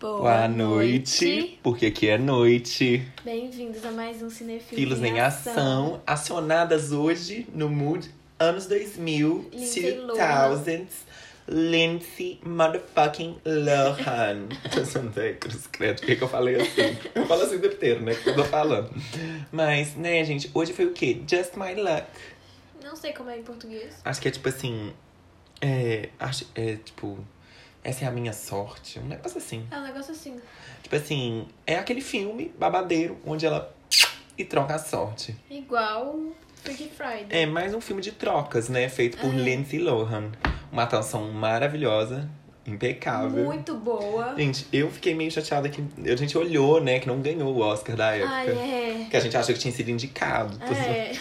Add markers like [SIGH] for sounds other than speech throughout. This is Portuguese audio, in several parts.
Boa, Boa noite, porque aqui é noite. Bem-vindos a mais um Cinefilos Filos em ação, acionadas hoje no mood anos 2000, Lindsay 2000s, Lindsay motherfucking Lohan. [LAUGHS] Santa Cruz, credo, por que, que eu falei assim? Eu falo assim o tempo inteiro, né? Que eu tô falando. Mas, né, gente, hoje foi o quê? Just my luck. Não sei como é em português. Acho que é tipo assim. É. Acho, é tipo. Essa é a minha sorte. Um negócio assim. É um negócio assim. Tipo assim, é aquele filme babadeiro onde ela e troca a sorte. Igual um Freaky Friday. É mais um filme de trocas, né? Feito por Ah. Lindsay Lohan. Uma atuação maravilhosa, impecável. Muito boa. Gente, eu fiquei meio chateada que a gente olhou, né, que não ganhou o Oscar da Ai, época. é. Que a gente achou que tinha sido indicado. É.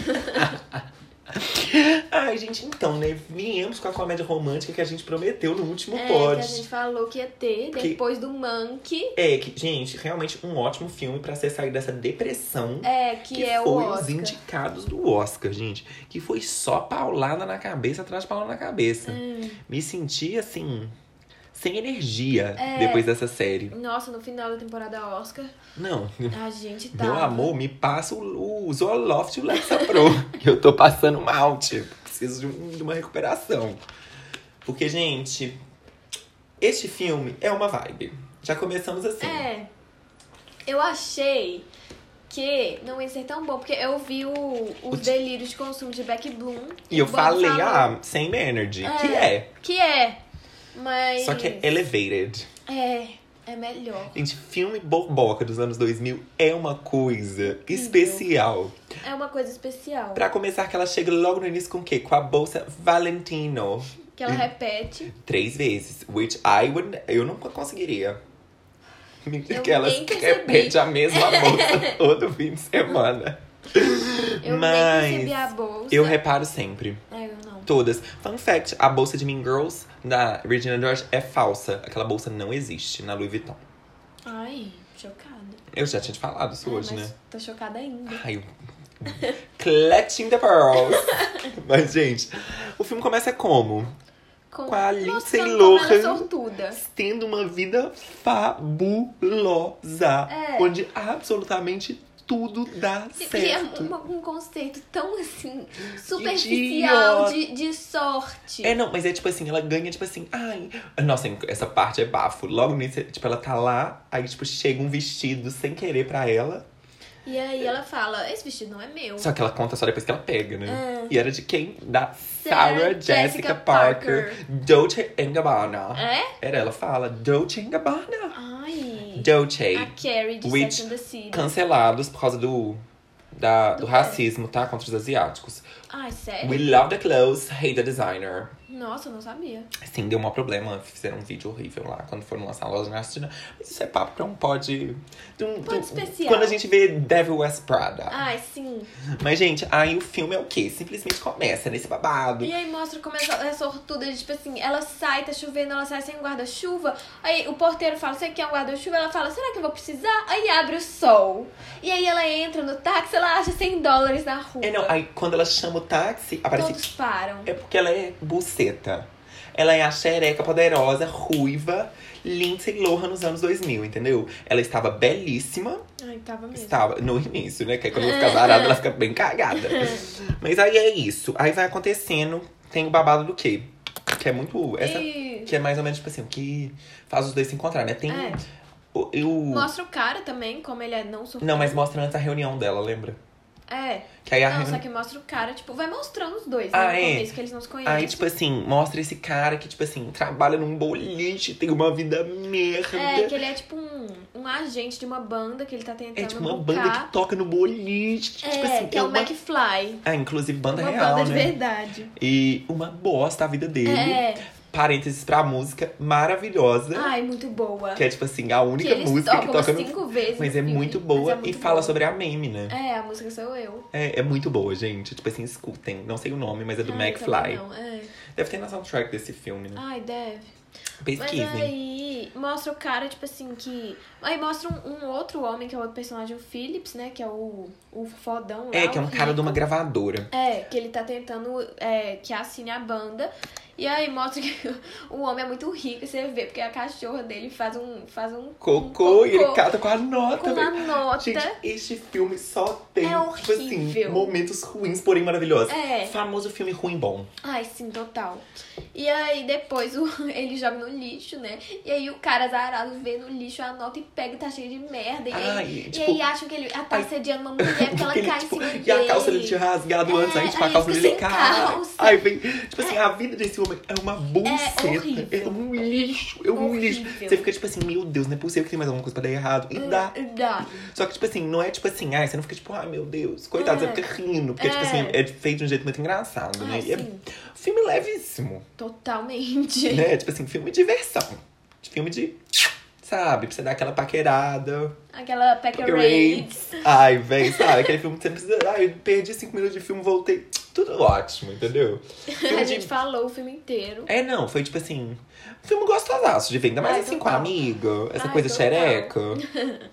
Ai, gente, então, né? Viemos com a comédia romântica que a gente prometeu no último é, pod. que a gente falou que ia ter Porque- depois do Monkey. É, que, gente, realmente um ótimo filme pra você sair dessa depressão É, que, é o foi Oscar. os indicados do Oscar, gente. Que foi só paulada na cabeça, atrás de paulada na cabeça. Hum. Me senti, assim, sem energia É. depois dessa série. Nossa, no final da temporada Oscar, Não, a gente tá. meu amor, me passa o, o Zoloft e o Lexapro. [LAUGHS] que eu tô passando mal, tipo. Preciso de, um- de uma recuperação. Porque, gente, este filme é uma vibe. Já começamos assim. É. Eu achei que não ia ser tão bom, porque eu vi o, os ti- delírios de consumo de Beck Bloom. E eu o Bob falei, falou ah, sem energy, que é. Que é. Mas. Só que é elevated. É, é melhor. Gente, filme boboca dos anos 2000 é uma coisa especial. É uma coisa especial. Pra começar, que ela chega logo no início com o quê? Com a bolsa Valentino. Que ela repete. Três vezes. Which I would... Eu nunca conseguiria. que ela nem percebi. repete a mesma [LAUGHS] bolsa todo fim de semana. Eu Mas nem recebi a bolsa. Eu reparo sempre. Ah, eu não. Todas. Fun fact, a bolsa de Mean Girls da Regina George é falsa. Aquela bolsa não existe na Louis Vuitton. Ai, chocada. Eu já tinha te falado isso Ah, hoje, né? mas Tô chocada ainda. Ai, eu- Clutching [LAUGHS] the Pearls. Mas, gente, o filme começa como? Com, Com a Lindsay Nossa, como ela é Lohan. sortuda. Tendo uma vida fabulosa. É. Onde absolutamente tudo dá E- E é certo. um, um conceito tão assim, superficial de, de sorte. É, não, mas é tipo assim, ela ganha, tipo assim, ai. Nossa, essa parte é bafo. Logo nisso, tipo, ela tá lá, aí, tipo, chega um vestido sem querer pra ela. E aí ela fala: esse vestido não é meu. Só que ela conta só depois que ela pega, né? É. E era de quem? Da Sarah Sarah Jessica Jessica Parker, Parker. Dolce Gabbana. É? Era, ela fala Dolce Gabbana. Ai. Dolce. A Carrie de Which Sex and the City. Cancelados por causa do, da, né? Do É. do, quê? racismo, tá? Contra os asiáticos. Ai, sério? We love the clothes, hate the designer. Nossa, eu não sabia. Assim, deu um problema. Fizeram um vídeo horrível lá quando foram lançar a loja na Argentina. Mas isso é papo pra um pod... De um, Pod de um- especial. Ah. Quando a gente vê Devil West Prada. Ai, sim. Mas, gente, aí o filme é o quê? Simplesmente começa nesse babado. E aí mostra como ela é sortuda, de, tipo assim, ela sai, tá chovendo, ela sai sem guarda-chuva. Aí o porteiro fala, você quer um guarda-chuva? Ela fala, será que eu vou precisar? Aí abre o sol. E aí ela entra no táxi, ela acha 100 dólares na rua. É, não. Aí quando ela chama o táxi, aparece Todos param. É porque ela é buceta. Ela é a xereca poderosa, ruiva, Lindsay Lohan nos anos 2000, entendeu? Ela estava belíssima, Ai, tava mesmo. estava no início, né? Que aí quando ela fica zarada, ela fica [LAUGHS] bem cagada. Mas aí é isso. Aí vai acontecendo, tem o babado do quê? Que é muito. Essa, E que é mais ou menos tipo assim, o que faz os dois se encontrar, né? Tem. É. O, e o- mostra o cara também, como ele é não sortudo. Não, mas mostra antes a reunião dela, lembra? É. Que aí a Não, reuni- só que mostra o cara, tipo, vai mostrando os dois, Ah, né? é. No começo, que eles não se conhecem. Aí, tipo assim, mostra esse cara que, tipo assim, trabalha num boliche, tem uma vida merda. É, que ele é tipo um, um agente de uma banda que ele tá tentando É tipo uma buscar. banda que toca no boliche. tipo É, assim, que é o uma... McFly. Ah, inclusive banda uma real, banda de né? verdade. E uma bosta a vida dele. É. Parênteses pra música maravilhosa. Ai, muito boa. Que é tipo assim, a Ah. Que única eles música que tocam toca umas no. cinco vezes. Mas é no muito filme, mas boa é muito e fala boa. sobre a meme, né? É, a música sou eu. É, é muito boa, gente. Tipo assim, escutem. Não sei o nome, mas é do Ai, também McFly. não, é. Deve ter na soundtrack desse filme, né? Ai, deve. Mas Pesquisem. aí mostra o cara, tipo assim, que. Aí mostra um, um outro homem, que é o outro personagem, o Phillips, né? Que é o, o fodão lá. É, que é o um cara de uma gravadora. É, que ele tá tentando é, que assine a banda. E aí mostra que [LAUGHS] o homem é muito rico, você vê, porque a cachorra dele faz um. Faz um Cocô, um e ele cata com a nota. com uma velho. nota. Gente, este filme só tem, É tipo assim, horrível. momentos ruins, porém maravilhosos. É. Famoso filme ruim bom. Ai, sim, total. E aí depois o, [LAUGHS] ele joga no lixo, né? E aí o cara azarado vê no lixo a nota e pega e tá cheio de merda. E, Ai, aí, tipo- e aí acham que ele ah, tá Ai. assediando uma [LAUGHS] mulher porque ela Ele, cai tipo, em cima e dele. a calça ele tinha rasgado É, antes, aí tipo, a aí calça fica dele sem cai. calça. Aí vem. Tipo assim, a vida desse homem é uma buceta. horrível. É, um lixo, é um Horrível. lixo. Você fica tipo assim, meu Deus, não é possível que tem mais alguma coisa pra dar errado. E dá. Hum, Dá. Só que, tipo assim, não é tipo assim, ai, você não fica tipo, ai meu Deus, coitado, É. você fica rindo. Porque, É. tipo assim, é feito de um jeito muito engraçado, né? Ai, E é sim. filme levíssimo, Totalmente. né? Tipo assim, filme de diversão. Filme de. Sabe, pra você dar aquela paquerada. [LAUGHS] Aquela Peckerade. Parades. Ai, vem, sabe? Aquele filme que você precisa. Ai, eu perdi cinco minutos de filme, voltei. Tudo ótimo, entendeu? [LAUGHS] Filme A de- gente falou o filme inteiro. É, não, foi tipo assim. Um filme gostosaço de ver, ainda mais Ai, assim com a total. amiga, essa Ai, coisa total. xereca. [LAUGHS]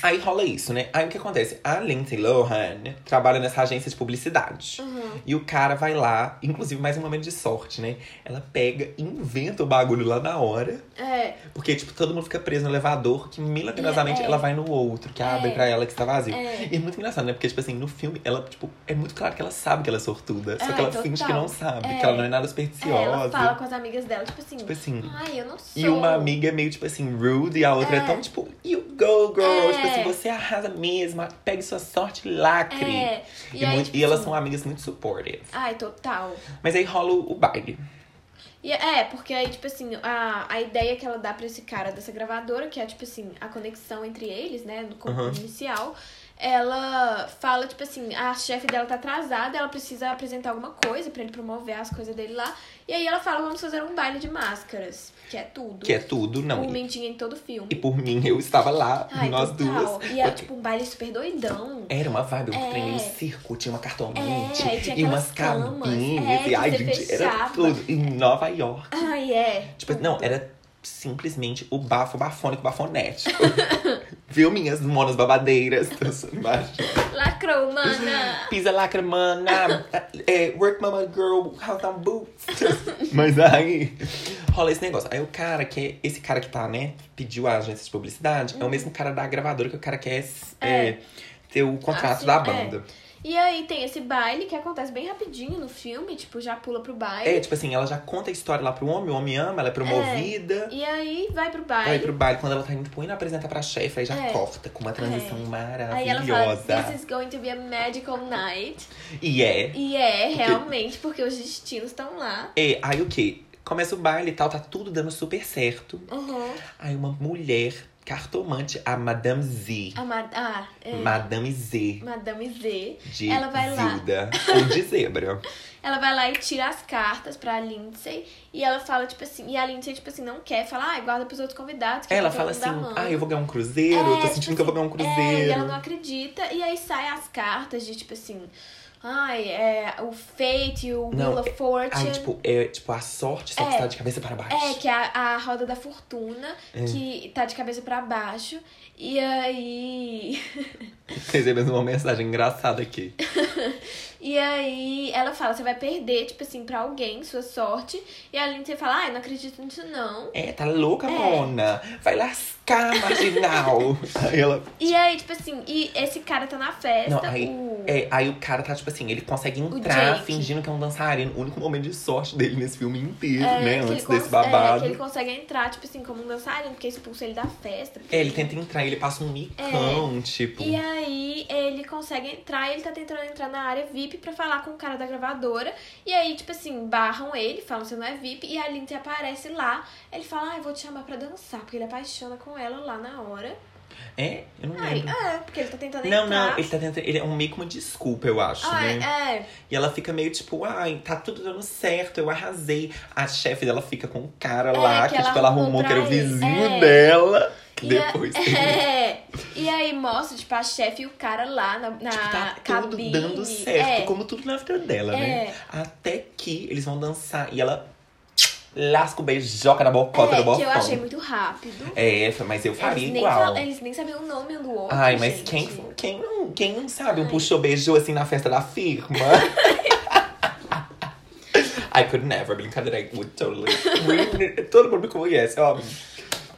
Aí rola isso, né? Aí o que acontece? A Lindsay Lohan trabalha nessa agência de publicidade. Uhum. E o cara vai lá, inclusive mais um momento de sorte, né? Ela pega e inventa o bagulho lá na hora. É, Porque, tipo, todo mundo fica preso no elevador, que milagrosamente É. ela vai no outro, que abre É. pra ela que está vazio. É. E é muito engraçado, né? Porque, tipo assim, no filme, ela, tipo, é muito claro que ela sabe que ela é sortuda. Só É, que ela total. finge que não sabe, É. que ela não é nada é, supersticiosa. ela fala com as amigas dela, tipo assim. Tipo assim. Ai, eu não sou. E uma amiga é meio, tipo assim, rude, e a outra é, É. tão, tipo, you go, girl. É. Tipo assim, você arrasa mesmo, pegue sua sorte e lacre. É. E, E, aí, muito- tipo e elas assim, são amigas muito supportive. Ai, total. Mas aí rola o baile. E é, porque aí, tipo assim, a, a ideia que ela dá pra esse cara dessa gravadora, que é, tipo assim, a conexão entre eles, né, no corpo Uhum. inicial, ela fala, tipo assim, a chefe dela tá atrasada, ela precisa apresentar alguma coisa pra ele promover as coisas dele lá. E aí ela fala, vamos fazer um baile de máscaras, que é tudo. Que é tudo, não. O E, mentinho em todo filme. e por mim, eu estava lá, Ai, nós total. duas. E era, tipo, um baile super doidão. Era uma vibe, eu É. treinei um circo, tinha uma cartomante É, e tinha e umas aquelas camas. cabines. É, e que ai, você gente, era fechava. tudo. Em Nova York. Ai, é. Tipo, não, era simplesmente o bafo bafônico, bafonético. [LAUGHS] Viu minhas monas babadeiras? [LAUGHS] Embaixo. Lacrou, [LAUGHS] mana. Pisa lacra, mana. É, work mama girl, house [LAUGHS] on boots. Mas aí rola esse negócio. Aí o cara que é. Esse cara que tá, né? Pediu a agência de publicidade. É o mesmo cara da gravadora que o cara quer é, Uhum. É. ter o contrato Assim, da é. banda. E aí tem esse baile que acontece bem rapidinho no filme, tipo, já pula pro baile. É, tipo assim, ela já conta a história lá pro homem, o homem ama, ela é promovida. E aí vai pro Vai baile. pro baile, quando ela tá indo, põe apresenta pra chefe, aí já É. corta com uma transição Aí ela maravilhosa. fala, this is going to be a magical night. E é. E [LAUGHS] é, realmente, porque os destinos estão lá. é. Aí o quê? Começa o baile e tal, tá tudo dando super certo. Uhum. Aí uma mulher cartomante, a Madame Z. A ma- ah, é, Madame Z. Madame Z. De Ela vai lá. Tipo, Zilda. Ou de [LAUGHS] zebra. Ela vai lá e tira as cartas pra Lindsay. E ela fala, tipo assim, e a Lindsay, tipo assim, não quer. Fala, ah, guarda pros outros convidados. Que ela eu tô fala assim, falando da mãe." ah, eu vou ganhar um cruzeiro, eu tô É, sentindo tipo que eu vou assim, ganhar um É, e cruzeiro. ela não acredita. E aí saem as cartas de, tipo assim... Ai, é, o Fate, o Não, Wheel é- of Fortune... Aí, tipo, é tipo, a sorte sempre É. está de cabeça para baixo. É. É, [LAUGHS] que é a, a roda da fortuna, que tá de cabeça pra baixo. E aí. [LAUGHS] Recebemos uma mensagem engraçada aqui. E aí ela fala: você vai perder, tipo assim, pra alguém, sua sorte. E a Lindsay fala: ai, não acredito nisso, não. É, tá louca, É. Mona? Vai lascar, marginal. [LAUGHS] aí ela. E aí, tipo assim, e esse cara tá na festa. Não, aí, o... é, aí o cara tá, tipo assim, ele consegue entrar Jake. fingindo que é um dançarino. O único momento de sorte dele nesse filme inteiro, é, né? que ele Antes cons- desse babado. É, É, que ele consegue entrar, tipo assim, como um dançarino, porque expulsa ele da festa. É, ele tenta entrar, ele passa um micão, tipo. É, E aí ele consegue entrar, ele tá tentando entrar na área VIP pra falar com o cara da gravadora. E aí, tipo assim, barram ele, falam você não é VIP, e a Lindsay aparece lá. Ele fala, ah, eu vou te chamar pra dançar, porque ele apaixona com ela lá na hora. É? Eu não Aí, lembro. ah, porque ele tá tentando não, entrar. não, ele tá tentando. Ele é um meio que uma desculpa, eu acho, Ah, né? é, E ela fica meio tipo, ai, tá tudo dando certo, eu arrasei. A chefe dela fica com o cara lá, É, que que, ela tipo, ela arrumou arrumou que era o pra ele. vizinho É. dela. Que E a- [LAUGHS] depois. é. E aí mostra, tipo, a chefe e o cara lá na, na Tipo, tá tudo cabine. dando certo, É. como tudo na vida dela, né? É. Até que eles vão dançar e ela lasca o beijoca na bocota É, do que eu bofão. achei muito rápido. É, mas eu faria eles, nem igual. fal- eles nem sabiam o nome um do outro. Ai, mas gente. quem, quem, não, quem [LAUGHS] não sabe um puxou beijou assim na festa da firma? I could never, brincadeira, I would totally. Todo mundo me conhece, óbvio.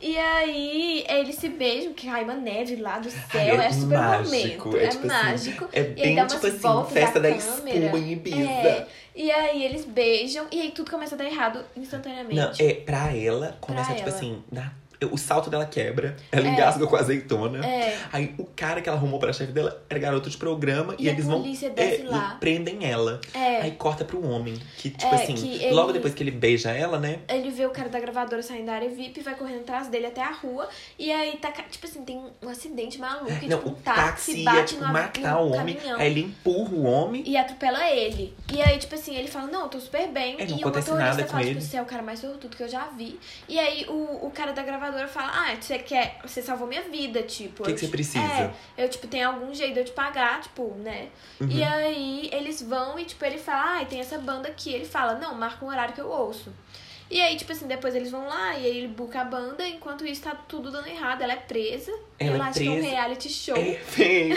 E aí eles se beijam, que cai uma neve lá do céu, Ai, é, super mágico, momento. é tipo assim, mágico. É e aí bem dá umas tipo assim, voltas festa da, da espuma câmera. em Ibiza. É, e aí eles beijam e aí tudo começa a dar errado instantaneamente. Não, é, pra ela, começa, Pra tipo ela. assim, dá- o salto dela quebra, ela É. engasga com azeitona. É, Aí o cara que ela arrumou pra chefe dela era garoto de programa e, E a eles vão. polícia desce é, lá. E prendem ela. é. Aí corta pro homem, que, tipo É, assim, que logo ele- depois que ele beija ela, né? Ele vê o cara da gravadora saindo da área VIP, vai correndo atrás dele até a rua. E aí tá. ca- Tipo assim, tem um acidente maluco. e, Não, tipo, o um táxi, táxi, ia, bate tipo, no, matar no o homem. caminhão. Aí ele empurra o homem. E atropela ele. E aí, tipo assim, ele fala, não, eu tô super bem. É, e não o acontece motorista nada com fala, ele. tipo, você é o cara mais sortudo que eu já vi. E aí o, o cara da gravadora fala, ah, você quer. Você salvou minha vida, tipo. O que, eu, que você te- precisa? É, eu, tipo, tem algum jeito de eu te pagar, tipo, né? Uhum. E aí eles vão e, tipo, ele fala, ah, tem essa banda aqui. Ele fala, não, marca um horário que eu ouço. E aí, tipo assim, depois eles vão lá e aí ele buca a banda, enquanto isso tá tudo dando errado. Ela é presa, Ela é acha que é um presa. reality show. É, [LAUGHS] vem.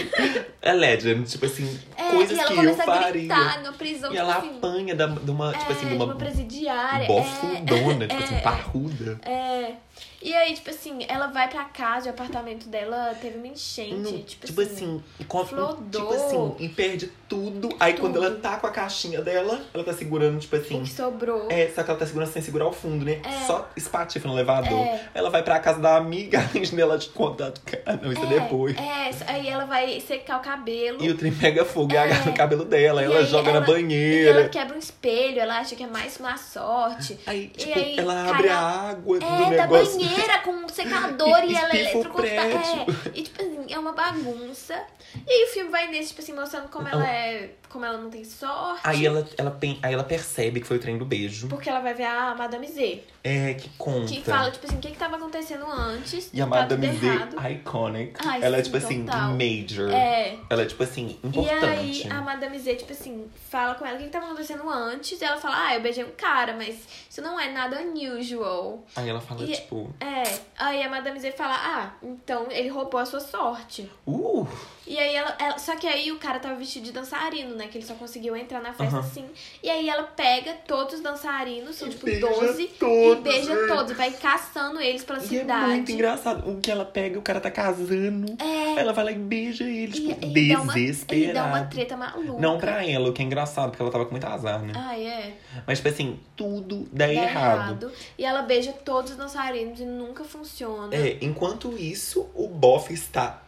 a legend, tipo assim, É, coisas e ela que eu começa a faria. gritar na prisão, e tipo ela assim, apanha da, de uma, tipo é, assim, de de uma, uma presidiária. bofudona, é, tipo assim, é, parruda. É. E aí, tipo assim, ela vai pra casa, o apartamento dela teve uma enchente. Não, tipo, tipo assim. assim, com, tipo flodou. assim, e perde tudo. Aí quando Tudo. ela tá com a caixinha dela, ela tá segurando, tipo o assim. que sobrou. É, só que ela tá segurando sem segurar o fundo, né? É. Só espatifa no elevador. É. Ela vai pra casa da amiga, [LAUGHS] a janela de contato. Ah, não, isso é, depois. é, aí ela vai secar o cabelo. E o trem pega fogo e É. agarra o cabelo dela. E ela aí joga na ela- e banheira. ela quebra um espelho, ela acha que é mais má sorte. Aí, tipo, aí ela cai abre na- a água do É, da negócio. banheira com um [LAUGHS] secador e, E ela espifa o eletrocuta. prédio. É, e tipo assim, é uma bagunça. E aí o filme vai nesse, tipo assim, mostrando como Não. ela é. Como ela não tem sorte. Aí ela, ela, pen- aí ela percebe que foi o trem do beijo. Porque ela vai ver a Madame Z. É, que conta. Que fala, tipo assim, o que que tava acontecendo antes. e a tá Madame tudo Z, errado. iconic. Ai, ela é sim, tipo assim, total. major. É. Ela é tipo assim, E importante. aí a Madame Z, tipo assim, fala com ela o que, que tava acontecendo antes. E ela fala, ah, eu beijei um cara, mas isso não é nada unusual. Aí ela fala, E- tipo, É. Aí a Madame Z fala, ah, então ele roubou a sua sorte. uh! E aí ela, ela- Só que aí o cara tava vestido de dançarino, né? Que ele só conseguiu entrar na festa Aham. assim. E aí ela pega todos os dançarinos, são E tipo beija 12, todos, e beija gente. todos, vai caçando eles pela E é cidade. muito engraçado. O que ela pega, o cara tá casando. É. Ela vai lá e beija ele, E, tipo, e dá uma, e dá uma desesperado. treta maluca. Não pra ela, o que é engraçado, porque ela tava com muito azar, né? Ah, é. Mas, tipo assim, tudo dá, Dá errado. errado. E ela beija todos os dançarinos e nunca funciona. É, enquanto isso, o Boff está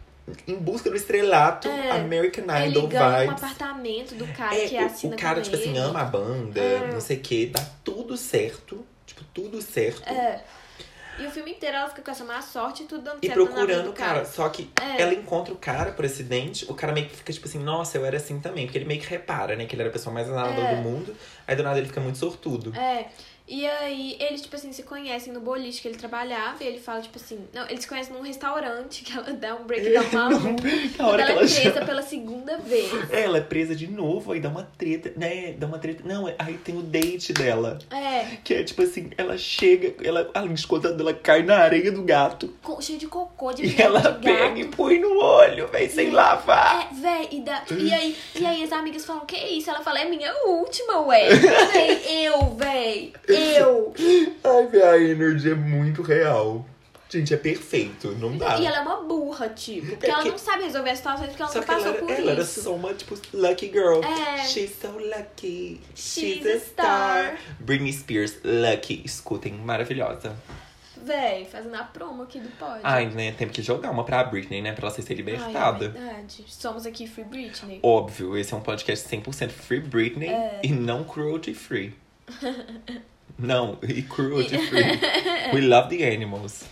em busca do estrelato É. American Ele Idol ganha um vibes. apartamento do cara É, que o- assina o cara, com tipo ele. assim, ama a banda, É. não sei o quê, dá tudo certo. Tipo, tudo certo. É. E o filme inteiro ela fica com essa má sorte e tudo dando E certo na vida procurando do É. o cara. Só que ela encontra o cara por acidente. O cara meio que fica tipo assim, nossa, eu era assim também. Porque ele meio que repara, né? Que ele era a pessoa mais nada É. do mundo. Aí do nada ele fica muito sortudo. É. E aí, eles, tipo assim, se conhecem no boliche que ele trabalhava. E ele fala, tipo assim... Não, eles se conhecem num restaurante que ela dá um breakdown [LAUGHS] maluco. a hora [LAUGHS] Quando ela que ela é chega. presa pela segunda vez. Ela é presa de novo, aí dá uma treta, né? Dá uma treta. Não, aí tem o date dela. É. Que é tipo assim, ela chega, ela, a descontada dela cai na areia do gato. co- Cheio de cocô, de E mel, ela de pega gato. e põe no olho, véi, sem E- lavar. É, véi, e, dá, e, aí, e aí as amigas falam, que isso? Ela fala, é minha última, [LAUGHS] ué. Véi, eu, véi, eu. Ai, véi, a energy é muito real. Gente, é perfeito, não dá. E ela é uma burra, tipo. Porque É ela que- não sabe resolver as situações porque ela Só não que ela, passou era, por ela era isso. só uma, tipo, lucky girl. É. She's so lucky. She's a star. Uhum. Britney Spears, lucky. Escutem, maravilhosa. Véi, fazendo a promo aqui do pod. Ai, né? Temos que jogar uma pra Britney, né? Pra ela ser libertada. é verdade. Somos aqui Free Britney. Óbvio, esse é um podcast 100% Free Britney É. e não [LAUGHS] cruelty free. não, e cruelty free. We love the animals.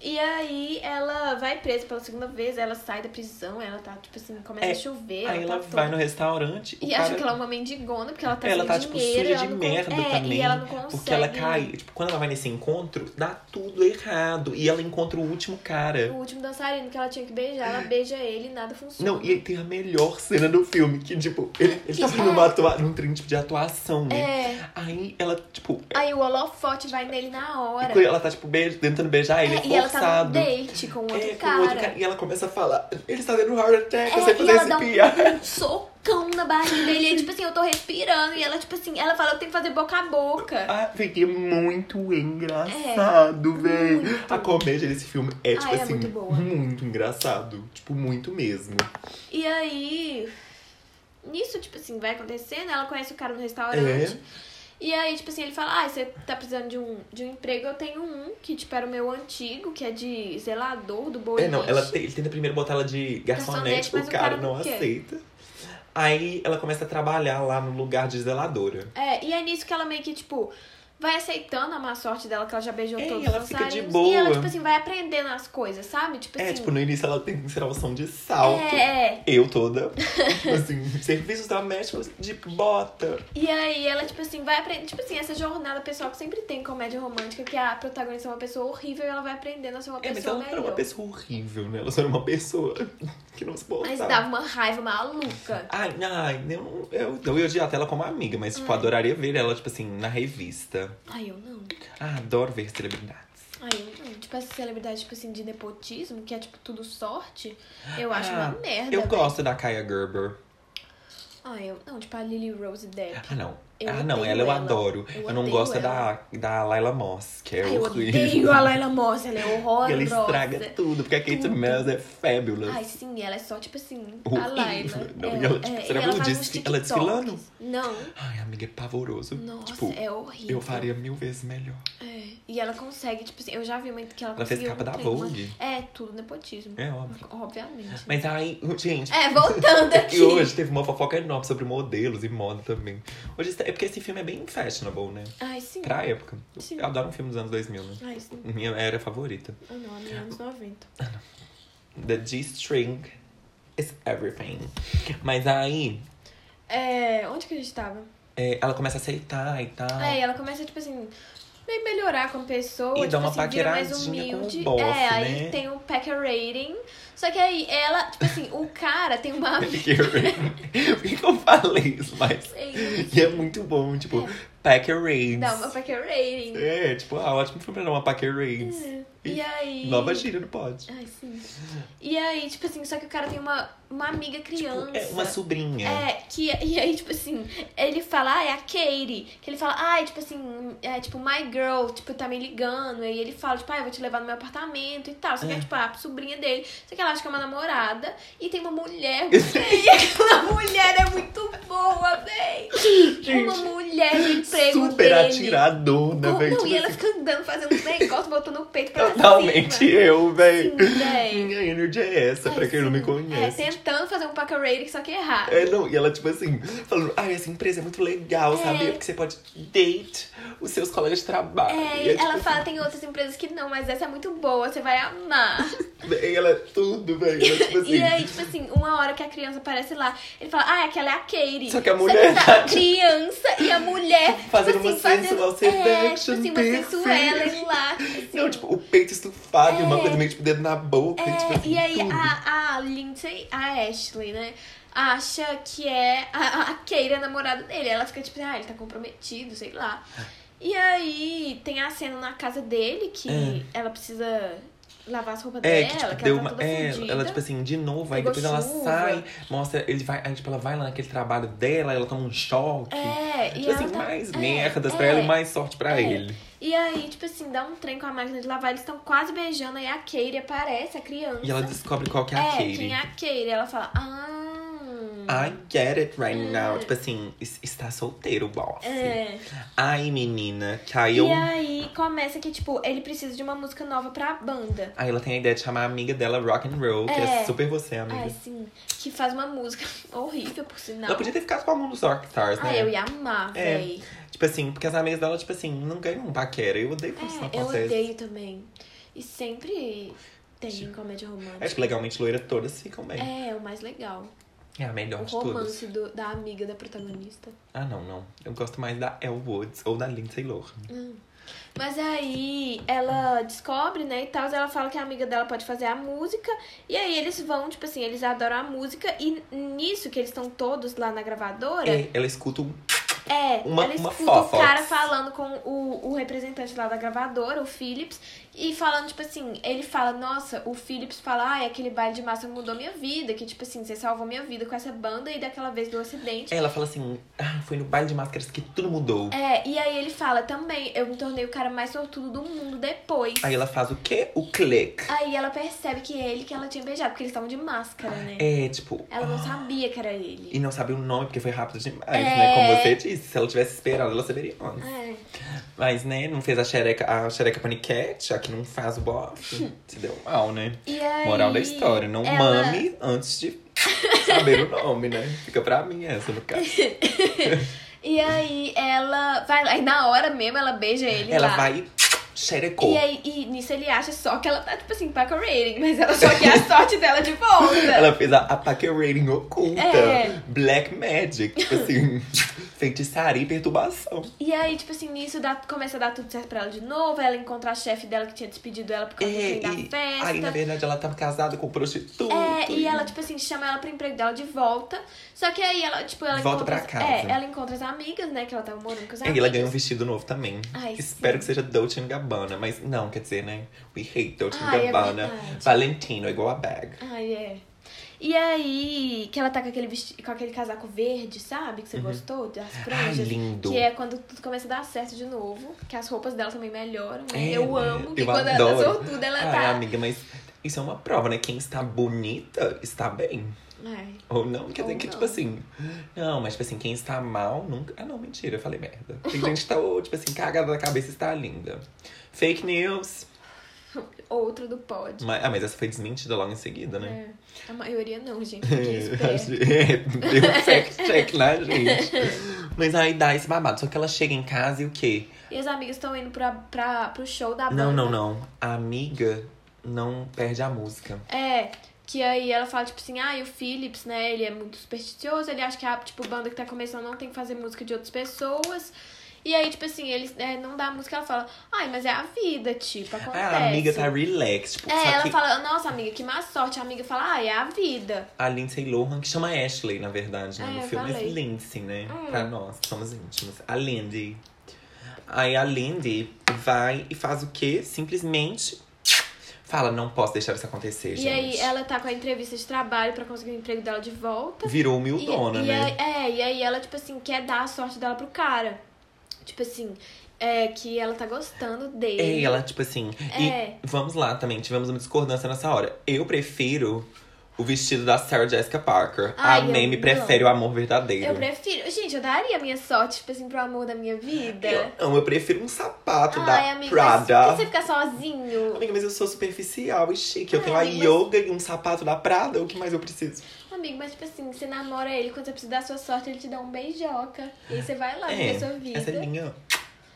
E aí ela vai presa pela segunda vez, ela sai da prisão, ela tá, tipo assim, começa É, a chover. Aí ela tá vai no toda- restaurante. o E cara... acha que ela é uma mendigona, porque ela tá ela sem tá, tipo, dinheiro. suja ela de não con- merda é, também. E ela não consegue. Porque ela cai. Tipo, quando ela vai nesse encontro, dá tudo errado. E ela encontra o último O cara. último dançarino que ela tinha que beijar, ela beija ele e nada funciona. Não, e aí tem a melhor cena do filme, que, tipo, ele, ele Que tá fazendo é- uma atua... um trem tipo, de atuação, né? É. Aí ela, tipo, Aí o holofote vai nele na hora. Ela tá, tipo, beijo, tentando beijar ele. É, ele e ela tá num forçado. date com outro É, com cara. o outro cara. E ela começa a falar, ele está tendo um heart attack, eu sei É, e fazer ela esse dá [LAUGHS] PR. um, um socão na barriga dele. E, tipo assim, eu tô respirando. E ela, tipo assim, ela fala, eu tenho que fazer boca a boca. Ah, fiquei muito engraçado, velho. É, muito. A comédia desse filme é, tipo Ah, é assim, muito boa. muito engraçado. Tipo, muito mesmo. E aí, nisso, tipo assim, vai acontecendo. Ela conhece o cara no restaurante. É. E aí, tipo assim, ele fala, ah, você tá precisando de um, de um emprego. Eu tenho um, que, tipo, era o meu antigo, que é de zelador do boliche. É, não, ela te- ele tenta primeiro botar ela de garçonete, Garçonete, mas o cara não quer. aceita. Aí ela começa a trabalhar lá no lugar de zeladora. É, e é nisso que ela meio que, tipo, vai aceitando a má sorte dela, que ela já beijou É, todos e ela os fica de dançarinos. boa. E ela, tipo assim, vai aprendendo as coisas, sabe? Tipo assim. É, tipo, no início ela tem salvação de salto. é, é. Eu [LAUGHS] toda, assim, serviços domésticos de bota. E aí ela, tipo assim, vai aprendendo. Tipo assim, essa jornada pessoal que sempre tem em comédia romântica, que a protagonista é uma pessoa horrível e ela vai aprendendo a ser uma É, mas pessoa ela não era melhor. uma pessoa horrível, né? Ela só era uma pessoa [LAUGHS] que não se Mas portava. dava uma raiva maluca. Ai, ai, eu, não- eu, então eu ia odiar até ela como amiga, mas, Hum. tipo, adoraria ver ela, tipo assim, na revista. Ai, eu não. Ah, adoro ver celebridades. Ai, eu não. Tipo, essa celebridade, tipo assim, de nepotismo, que é, tipo, tudo sorte, eu acho Ah, uma merda. Eu velho. gosto da Kaya Gerber. Ai, eu não. Tipo, a Lily Rose Depp. Ah, não. Eu ah, não, odeio ela eu ela. adoro. Eu, Eu não odeio gosto ela. da, da Laila Moss, que é Ai, eu horrível. odeio a Laila Moss, ela é horrorosa. Porque [LAUGHS] ela estraga tudo, porque a Kate Tudo. Mills é fabulous. Ai, sim, ela é só, tipo assim, a Horrível. Laila. Não, é, e ela, tipo, é, será e que ela faz desfi- uns TikToks. ela desfilando? Não. Ai, amiga, é pavoroso. Nossa, tipo, é horrível. eu faria mil vezes melhor. É, E ela consegue, tipo assim, eu já vi uma que ela Ela fez conseguiu capa da um trem, uma- Vogue. É, tudo nepotismo. É óbvio. Obviamente. Mas aí, gente, É, voltando aqui. [LAUGHS] E hoje teve uma fofoca enorme sobre modelos e moda também. Hoje está- é porque esse filme é bem fashionable, né? Ai, sim. Pra época. Sim. Eu adoro um filme dos anos 2000, né? Ai, sim. Minha era favorita. Ah, não, a minha é anos 90. The G-String is everything. Mas aí, É, onde que a gente tava? é, ela começa a aceitar e tal. É, e ela começa, tipo assim, meio melhorar como pessoa. E tipo dá uma assim, vira mais paqueradinha com o humilde. boss, é, aí né? tem o packer rating. Só que aí ela, tipo assim, o cara tem [LAUGHS] uma. [LAUGHS] Por que que eu falei isso? Mas... Ei, E é muito bom, tipo, É. Packer Raids. Dá uma packer rating. É, tipo, ah, ótimo filme pra dar uma Packer Raids. É, E aí. Nova gíria no pod. Ai, sim. E aí, tipo assim, só que o cara tem uma, uma amiga criança. É uma sobrinha. É, que, e aí, tipo assim, ele fala, ah, é a Katie. Que ele fala, ai, tipo assim, é tipo, my girl, tipo, tá me ligando. E ele fala, tipo, ah, eu vou te levar no meu apartamento e tal. Só que é, É. tipo, a sobrinha dele. Só que ela acha que é uma namorada. E tem uma [LAUGHS] mulher. e aquela mulher é muito boa, véi. É Uma mulher no emprego super dele. atiradona, Não, velho. não, Tipo e ela assim, fica andando, fazendo uns negócios, botando o peito pra Totalmente cima. eu, velho. Sim, véi. Minha energy é essa, pra quem não me Assim, conhece. É, tentando fazer um packer rating, só que errado. É, não, e ela, tipo assim, falando, ai, essa empresa é muito legal, É. sabe? Porque você pode date os seus colegas de trabalho. É, E e tipo ela fala, tem outras empresas que não, mas essa é muito boa, você vai amar. assim, e ela é tudo, velho. Ela, [LAUGHS] tipo [LAUGHS] assim, E aí, tipo assim, uma hora que a criança aparece lá, ele fala, ah, aquela é a Katie. Só que a mulher- tá a criança e a mulher... Fazendo tipo assim, uma sensual É, tipo seduction, assim, uma perfeito. sensuela e lá. assim. não, tipo, o peito estufado, e uma É. coisa meio, tipo, dedo na boca. É, tipo assim, e aí tudo. a, a Lindsay, a Ashley, né? Acha que é a, a Keira, a namorada dele. Ela fica tipo, ah, ele tá comprometido, sei lá. É. E aí tem a cena na casa dele que É. ela precisa lavar as roupas É, dela, que, que, tipo, deu ela tá uma. toda é, fudida. ela, tipo assim, de novo, aí Pegou depois ela chuva. sai, mostra, ele vai, aí, tipo, ela vai lá naquele trabalho dela, ela toma um choque. É, e Tipo assim, ela tá- mais é, merdas pra ela é. e mais sorte pra É. ele. E aí, tipo assim, dá um trem com a máquina de lavar, eles estão quase beijando, aí a Keira aparece, a criança. E ela descobre qual que é a é, Katie. quem é a Keira? Ela fala, ah. I get it right now. Tipo assim, es- está solteiro o boss. Hum. É. Ai, menina, E caiu. aí começa que, tipo, ele precisa de uma música nova pra banda. Aí ela tem a ideia de chamar a amiga dela rock and roll, que é É. super você, amiga. Ai, sim. Que faz uma música [LAUGHS] horrível, por Ela sinal. podia ter ficado com a mão dos Rockstars, Ah, né? eu ia amar, É. véi. Tipo assim, porque as amigas dela, tipo assim, não ganham um paquera. Eu odeio quando isso não É, eu acontece. odeio também. E sempre tem em comédia É, romântica. tipo, legalmente loira, todas ficam bem. É, o mais legal. É a melhor O de todas. romance do- da amiga da protagonista. Ah, não, não. Eu gosto mais da Elle Woods ou da Lindsay Lohan. Mas aí ela descobre, né, e tal, ela fala que a amiga dela pode fazer a música, e aí eles vão, tipo assim, eles adoram a música, e nisso que eles estão todos lá na gravadora, É, ela escuta um É, Uma- ela uma escuta fofox. o cara falando com o, o representante lá da gravadora, o Phillips, e falando, tipo assim, ele fala, nossa, o Phillips fala, ai, aquele baile de massa mudou minha vida, que, tipo assim, você salvou minha vida com essa banda e daquela vez do acidente. Ela fala assim, ah, foi no baile de máscaras que tudo mudou. É, e aí ele fala também, eu me tornei o cara mais sortudo do mundo depois. Aí ela faz o quê? O clique. Aí ela percebe que é ele que ela tinha beijado, porque eles estavam de máscara, né? É, tipo... Ela não ah, sabia que era ele. E não sabe o nome, porque foi rápido demais, É. né? Como você disse. Se ela tivesse esperado, ela saberia antes. É. Mas, né, não fez a xereca, a xereca paniquete, a que não faz [LAUGHS] o bofe. se deu mal, né? E aí, Moral da história, não ela- mame antes de saber o nome, né? Fica pra mim essa, no [LAUGHS] caso. E aí ela vai lá, e na hora mesmo ela beija ele Ela lá. vai e xerecou. E aí, e nisso ele acha só que ela tá, tipo assim, pacorating, mas ela só quer [LAUGHS] a sorte dela de volta. Ela fez a, a Packer Rating oculta. É. Black Magic. Tipo assim, [LAUGHS] feitiçaria e perturbação. E aí, tipo assim, nisso dá, começa a dar tudo certo pra ela de novo, ela encontra a chefe dela que tinha despedido ela por causa do fim É, da e festa. aí, na verdade, ela tá casada com um prostituto. É, e ela, tipo assim, chama ela pro emprego dela de volta. Só que aí ela, tipo, ela Volta encontra. pra casa. É, ela encontra as amigas, né? Que ela tava morando com os É, amigos. E ela ganha um vestido novo também. Ai, Espero sim. que seja Dolce Gabbana, mas não, quer dizer, né? We hate Dolce Ai, é Gabbana. verdade. Valentino, é igual a bag. Ai, é. E aí, que ela tá com aquele, vesti... com aquele casaco verde, sabe? Uhum. Que você gostou, das Ah, franjas. Ai, lindo. Que é quando tudo começa a dar certo de novo. Que as roupas dela também melhoram, né? É, eu né? amo. Que Eu quando ela tá adoro. sortuda, ela Ai, tá. amiga, mas isso é uma prova, né? Quem está bonita está bem. Ai. Ou não, quer dizer Ou que, não. tipo assim. Não, mas, tipo assim, quem está mal nunca. Ah, não, mentira, eu falei merda. Tem gente que tá, ô, tipo assim, cagada da cabeça e está linda. Fake news. Outra do pod. Mas- ah, mas essa foi desmentida logo em seguida, né? É. A maioria não, gente. É, [LAUGHS] Fiquei esperta. deu um fact-check na gente. Mas aí dá esse babado. Só que ela chega em casa e o quê? E as amigas estão indo pra, pra, pro show da banda. Não, não, não. A amiga não perde a música. É, que aí ela fala, tipo assim, ah, e o Phillips, né, ele é muito supersticioso, ele acha que a, tipo, banda que tá começando não tem que fazer música de outras pessoas. E aí, tipo assim, eles é, não dá música, ela fala, ai, mas é a vida, tipo, acontece. A amiga tá relax. Tipo, É, só ela que fala, nossa, amiga, que má sorte. A amiga fala, ah, é a vida. a Lindsay Lohan, que chama Ashley, na verdade, né? É, no eu filme. falei. Mas Lindsay, né? Hum. Pra nós, que somos íntimos. A Lindy. Aí a Lindy vai e faz o quê? Simplesmente fala, não posso deixar isso acontecer, gente. E aí, ela tá com a entrevista de trabalho pra conseguir o emprego dela de volta. Virou humildona, e, e né? aí- é, e aí ela, tipo assim, quer dar a sorte dela pro cara. Tipo assim, é que ela tá gostando dele. É, ela, tipo assim. É. E vamos lá também, tivemos uma discordância nessa hora. Eu prefiro o vestido da Sarah Jessica Parker. Ai, a Mamie eu prefere o amor verdadeiro. Eu prefiro. Gente, eu daria a minha sorte, tipo assim, pro amor da minha vida. Eu- não, eu prefiro um sapato Ai, da amigo, mas por Prada. que você ficar sozinho? Amiga, mas eu sou superficial e chique. Eu Ai, tenho a amiga, Ah, mas- yoga e um sapato da Prada. O que mais eu preciso? Amigo, mas tipo assim, você namora ele, quando você precisa da sua sorte, ele te dá um beijoca. E aí você vai lá viver sua vida. essa é minha.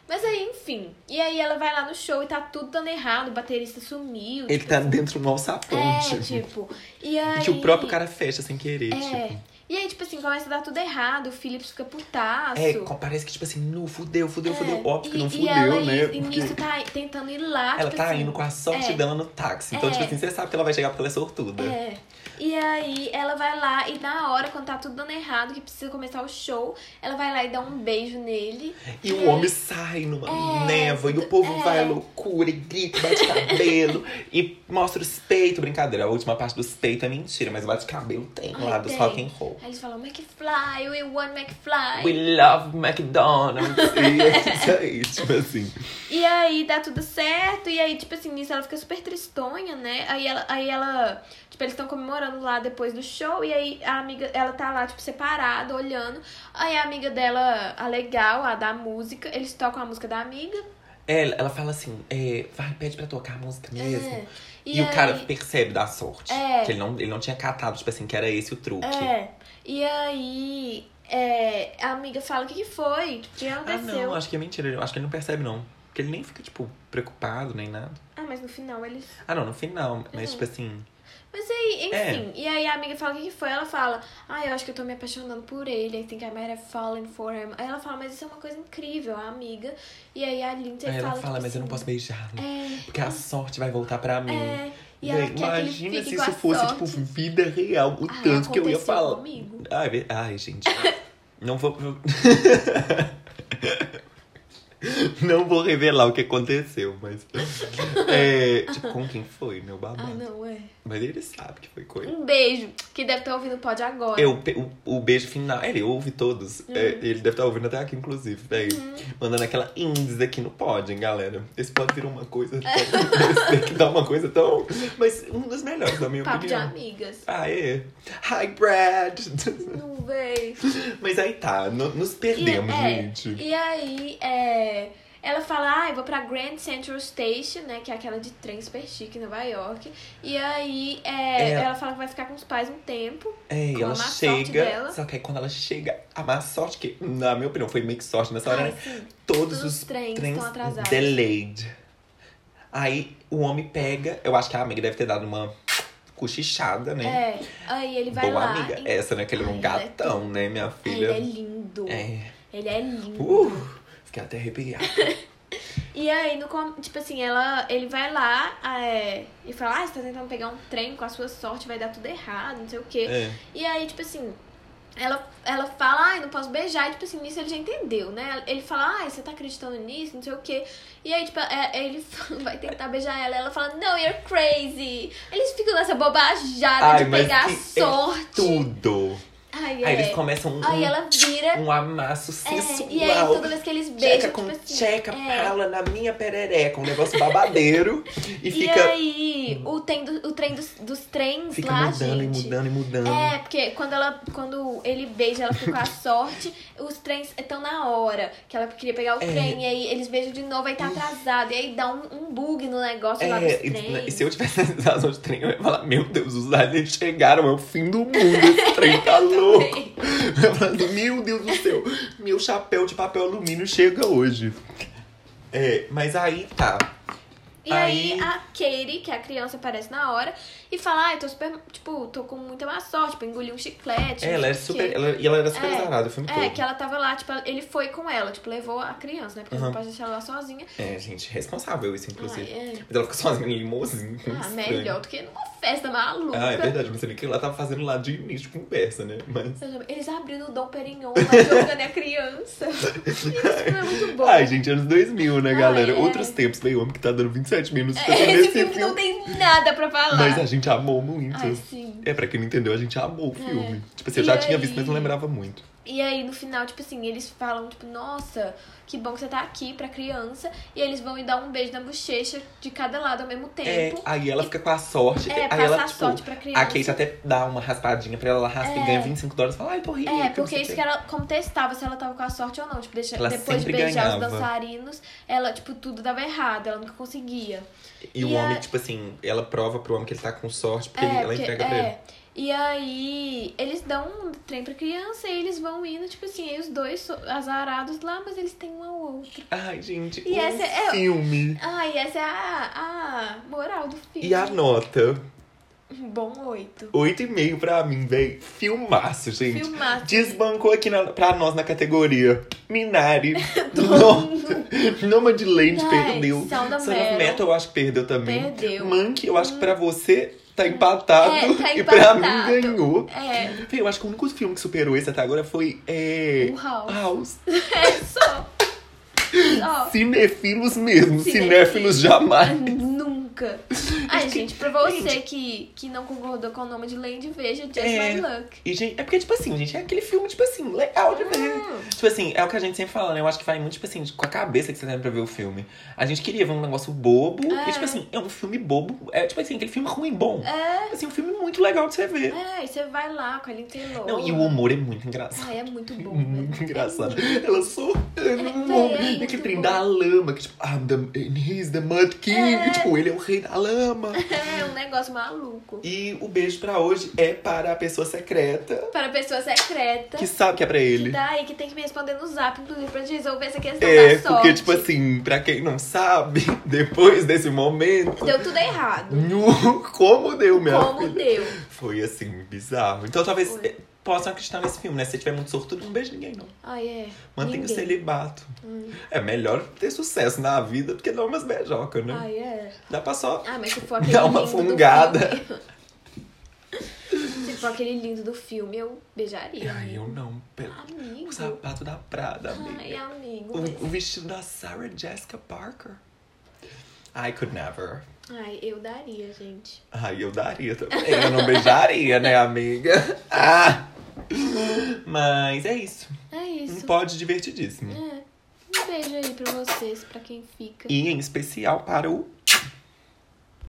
Mas aí, enfim. E aí ela vai lá no show e tá tudo dando errado, o baterista sumiu. Ele tipo, tá dentro de um alçapão, É, tipo. E aí. Que o próprio cara fecha sem querer, É. tipo. E aí, tipo assim, começa a dar tudo errado, o Philips fica putaço. É, co- parece que, tipo assim, não, fudeu, fudeu, fudeu. Óbvio que É, e, não e ela, fudeu, né? E, e Porque- nisso tá tentando ir lá, Ela tipo tá assim, indo com a sorte é. dela no táxi. Então, É. tipo assim, você sabe que ela vai chegar porque ela é sortuda. É. E aí ela vai lá e na hora, quando tá tudo dando errado, que precisa começar o show, ela vai lá e dá um beijo nele. E o homem sai numa É. névoa e o povo É. vai à loucura e grita, bate cabelo [LAUGHS] e mostra os peitos. Brincadeira, a última parte dos peitos é mentira, mas o bate cabelo tem Ai, lá dos tem. rock and roll. Aí eles falam, McFly, we want McFly. We love McDonald's. [LAUGHS] e é isso aí, tipo assim. E aí dá tudo certo, e aí, tipo assim, nisso ela fica super tristonha, né? Aí ela, aí ela tipo, eles estão comemorando lá depois do show, e aí a amiga, ela tá lá, tipo, separada, olhando. Aí a amiga dela, a legal, a da música, eles tocam a música da amiga. Ela, ela fala assim: é, vai, pede pra tocar a música mesmo. É. E, o cara aí- percebe da sorte. É. Que ele não, ele não tinha catado, tipo assim, que era esse o truque. É. E aí, é, a amiga fala: o que, que foi? O que Ah, aconteceu? não, Ah, acho que é mentira. Eu acho que ele não percebe, não. Porque ele nem fica, tipo, preocupado nem nada. mas no final eles. Ah, não, no final. Mas, Uhum. tipo assim. Mas aí, É. enfim. E aí a amiga fala: o que, que foi? Ela fala: ah, eu acho que eu tô me apaixonando por ele. I think I might have fallen for him. Aí ela fala: mas isso é uma coisa incrível, a amiga. E aí a Lindsay Aí é, ela fala: fala, tipo mas eu não assim, posso beijá-lo. É. Porque a sorte vai voltar pra mim. É. E ela Véi, quer que ele imagina fique se com isso a fosse, sorte. tipo, vida real. O Ah, tanto que eu ia aconteceu falar. comigo. Ah, é [LAUGHS] Ai, ve- ai, gente. Não vou. [LAUGHS] não vou revelar o que aconteceu, mas. É, tipo, com quem foi, meu Ah, babado. não, é. mas ele sabe que foi coisa. Um beijo, que deve estar ouvindo o pod agora. Eu, pe- o, o beijo final, ele ouve todos. Hum. É, ele deve estar ouvindo até aqui, inclusive. Véi. Mandando aquela índice aqui no pod, hein, galera. Esse pode virou uma coisa tão. [LAUGHS] esse daqui dá uma coisa tão. Mas um dos melhores, na minha Papo de opinião. amigas. Ah, é? Hi, Brad! Não veio. Mas aí tá, no- nos perdemos, e, é, gente. E aí, é, ela fala, ah, eu vou pra Grand Central Station, né? Que é aquela de trem super chique em Nova York. E aí, é, É. ela fala que vai ficar com os pais um tempo. É, Com a ela má sorte chega. dela. Só que aí quando ela chega, a má sorte, que na minha opinião foi meio que sorte nessa hora, Ai, né? sim. Todos todos os os trens estão atrasados. delayed. Aí o homem pega, eu acho que a amiga deve ter dado uma cochichada, né? É, aí ele vai Boa lá. amiga. e- Essa, né? Que ele é Ai, um ele é gatão, né, minha Ele filha? é lindo. É. Ele é lindo. Uh, fiquei [LAUGHS] até arrepiada. E aí, no, com- tipo assim, ela, ele vai lá é, e fala, ah, você tá tentando pegar um trem, com a sua sorte vai dar tudo errado, não sei o quê. É. E aí, tipo assim, ela, ela fala, ai, não posso beijar. E, tipo assim, nisso ele já entendeu, né? Ele fala, ai, você tá acreditando nisso, não sei o quê. E aí, tipo, é- é, ele [LAUGHS] fala- vai tentar beijar ela. Ela fala, não, you're crazy. Eles ficam nessa bobajada Ai, de mas pegar a que é sorte. Tudo. ai, Aí eles é. começam um, Aí ela vira. um amasso é, sensual. e aí, toda vez que eles beijam, Checa com tipo assim. checa, é. fala na minha perereca, um [LAUGHS] negócio babadeiro. e E fica, aí, o trem, do- o trem dos, dos trens fica lá, mudando gente. e mudando e mudando. É, porque quando, ela, quando ele beija, ela fica com a sorte, os trens estão na hora, que ela queria pegar o É. trem, e aí eles beijam de novo, aí tá atrasado, e aí dá um, um bug no negócio lá dos É, e, trens. e se eu tivesse [LAUGHS] estação de trem, eu ia falar: Meu Deus, os aliens chegaram, é o fim do mundo, esse [LAUGHS] trem tá Também. louco. Eu ia falar, Meu Deus do céu, meu chapéu de papel alumínio chega hoje. É, mas aí tá. E aí, Aí- a Katie, que é a criança, aparece na hora e fala, ah, eu tô super, tipo, tô com muita má sorte, tipo, engoli um chiclete. não É, ela sei era o super. quê. Ela, e ela era super É, zarada o filme É, todo. que ela tava lá, tipo, ele foi com ela, tipo, levou a criança, né? Porque Uhum. não pode deixar ela lá sozinha. É, gente, responsável isso, Ai, inclusive. é. Mas ela ficou sozinha no limousine. com Ah, estranho. melhor do que numa festa maluca. Ah, é verdade, mas você vê que ela tava fazendo lá de início de conversa, né? Mas. Seja, Eles abriram o Dom Perignon lá jogando a [LAUGHS] criança. Isso foi muito bom. Ai, gente, anos 2000, né, Ah, galera? é. Outros tempos, meio homem que tá dando 27 minutos pra É, ver Esse filme não tem nada pra falar. Mas a gente amou muito. Ai, sim. É. É, pra quem não entendeu, a gente amou o filme. Tipo assim, eu E já tinha aí? visto, mas não lembrava muito. E aí, no final, tipo assim, eles falam, tipo, nossa, que bom que você tá aqui pra criança. E eles vão e dar um beijo na bochecha de cada lado ao mesmo É, tempo. aí ela fica com a sorte. É, aí passar ela, a tipo, sorte pra criança. a Kate até dá uma raspadinha pra ela, ela raspa e É. ganha 25 dólares e fala, ai, tô rica. É, não porque sei o isso quê. que ela contestava se ela tava com a sorte ou não. Tipo, deixa, Ela depois de sempre beijar os ganhava. dançarinos, ela, tipo, tudo dava errado, ela nunca conseguia. E o e a- homem, tipo assim, ela prova pro homem que ele tá com sorte, porque ele- ela porque- entrega pra é. ele. E aí, eles dão um trem pra criança e eles vão indo, tipo assim, aí os dois so- azarados lá, mas eles têm um ao outro. Ai, gente, E um essa é- filme. Ai, essa é a, a moral do filme. E a nota? Bom oito. 8,5 pra mim, velho. Filmaço, gente. Filmaço. Desbancou aqui na, pra nós na categoria [LAUGHS] Minari. no, Nomadland Ai, perdeu. Sound of Son of Metal. Metal eu acho que perdeu também. Perdeu. Hum. Monkey, eu acho que pra você tá empatado. É, tá [LAUGHS] E pra empatado. mim ganhou. É, Véi, Eu acho que o único filme que superou esse até agora foi. É... o House. House. É, só. Só. Cinefilos mesmo. Cinéfilos. Cinéfilos jamais. Nunca. [LAUGHS] Ai, gente, pra Gente. você que, que não concordou com o nome de Land, veja Just É. My Luck. E, gente, é porque, tipo assim, gente, é aquele filme, tipo assim, legal de ver. Hum. Tipo assim, é o que a gente sempre fala, né? Eu acho que vai muito, tipo assim, com a cabeça que você tem pra ver o filme. A gente queria ver um negócio bobo. É. E, tipo assim, é um filme bobo. É, tipo assim, aquele filme ruim bom. É, Assim, um filme muito legal de você ver. é, e você vai lá com a Lindsay Lohan. Não, e o humor é muito [LAUGHS] engraçado. Ai, Uhum. é muito bom, velho. Muito engraçado. Ela soltando o humor. É, é E muito aquele trem bom. da lama, que tipo, I'm the, and he's the Mud King. É. E, tipo, ele é o rei [LAUGHS] da lama. [LAUGHS] É um negócio maluco. E o beijo pra hoje é para a pessoa secreta Para pessoa secreta. que sabe que é pra ele. Que tá aí, que tem que me responder no zap, inclusive, pra gente resolver essa questão É, da sorte. porque, tipo assim, pra quem não sabe, [LAUGHS] depois desse momento. Deu tudo errado. Nu, como deu, minha Como filha? deu. Foi assim, bizarro. Então talvez Foi. eh, possam acreditar nesse filme, né? Se você tiver muito sortudo, não beija ninguém, não. Ai, é. Mantenha o Ninguém. Hum. celibato. É melhor ter sucesso na vida do que dar umas beijocas, né? Ai, é. Dá pra só. Ah, mas se for aquele Dá uma lindo do fungada. filme. se Tipo, aquele lindo do filme, eu beijaria. Ai, eu não. Pelo... Amigo. O sapato da Prada, amiga. Um, Ai, amigo. O, o vestido da Sarah Jessica Parker. I could never. Ai, eu daria, gente. Ai, eu daria também. Eu não beijaria, né, amiga? Ah! Mas é isso. É Um isso. pod divertidíssimo. É. Um beijo aí pra vocês, pra quem fica. E em especial para o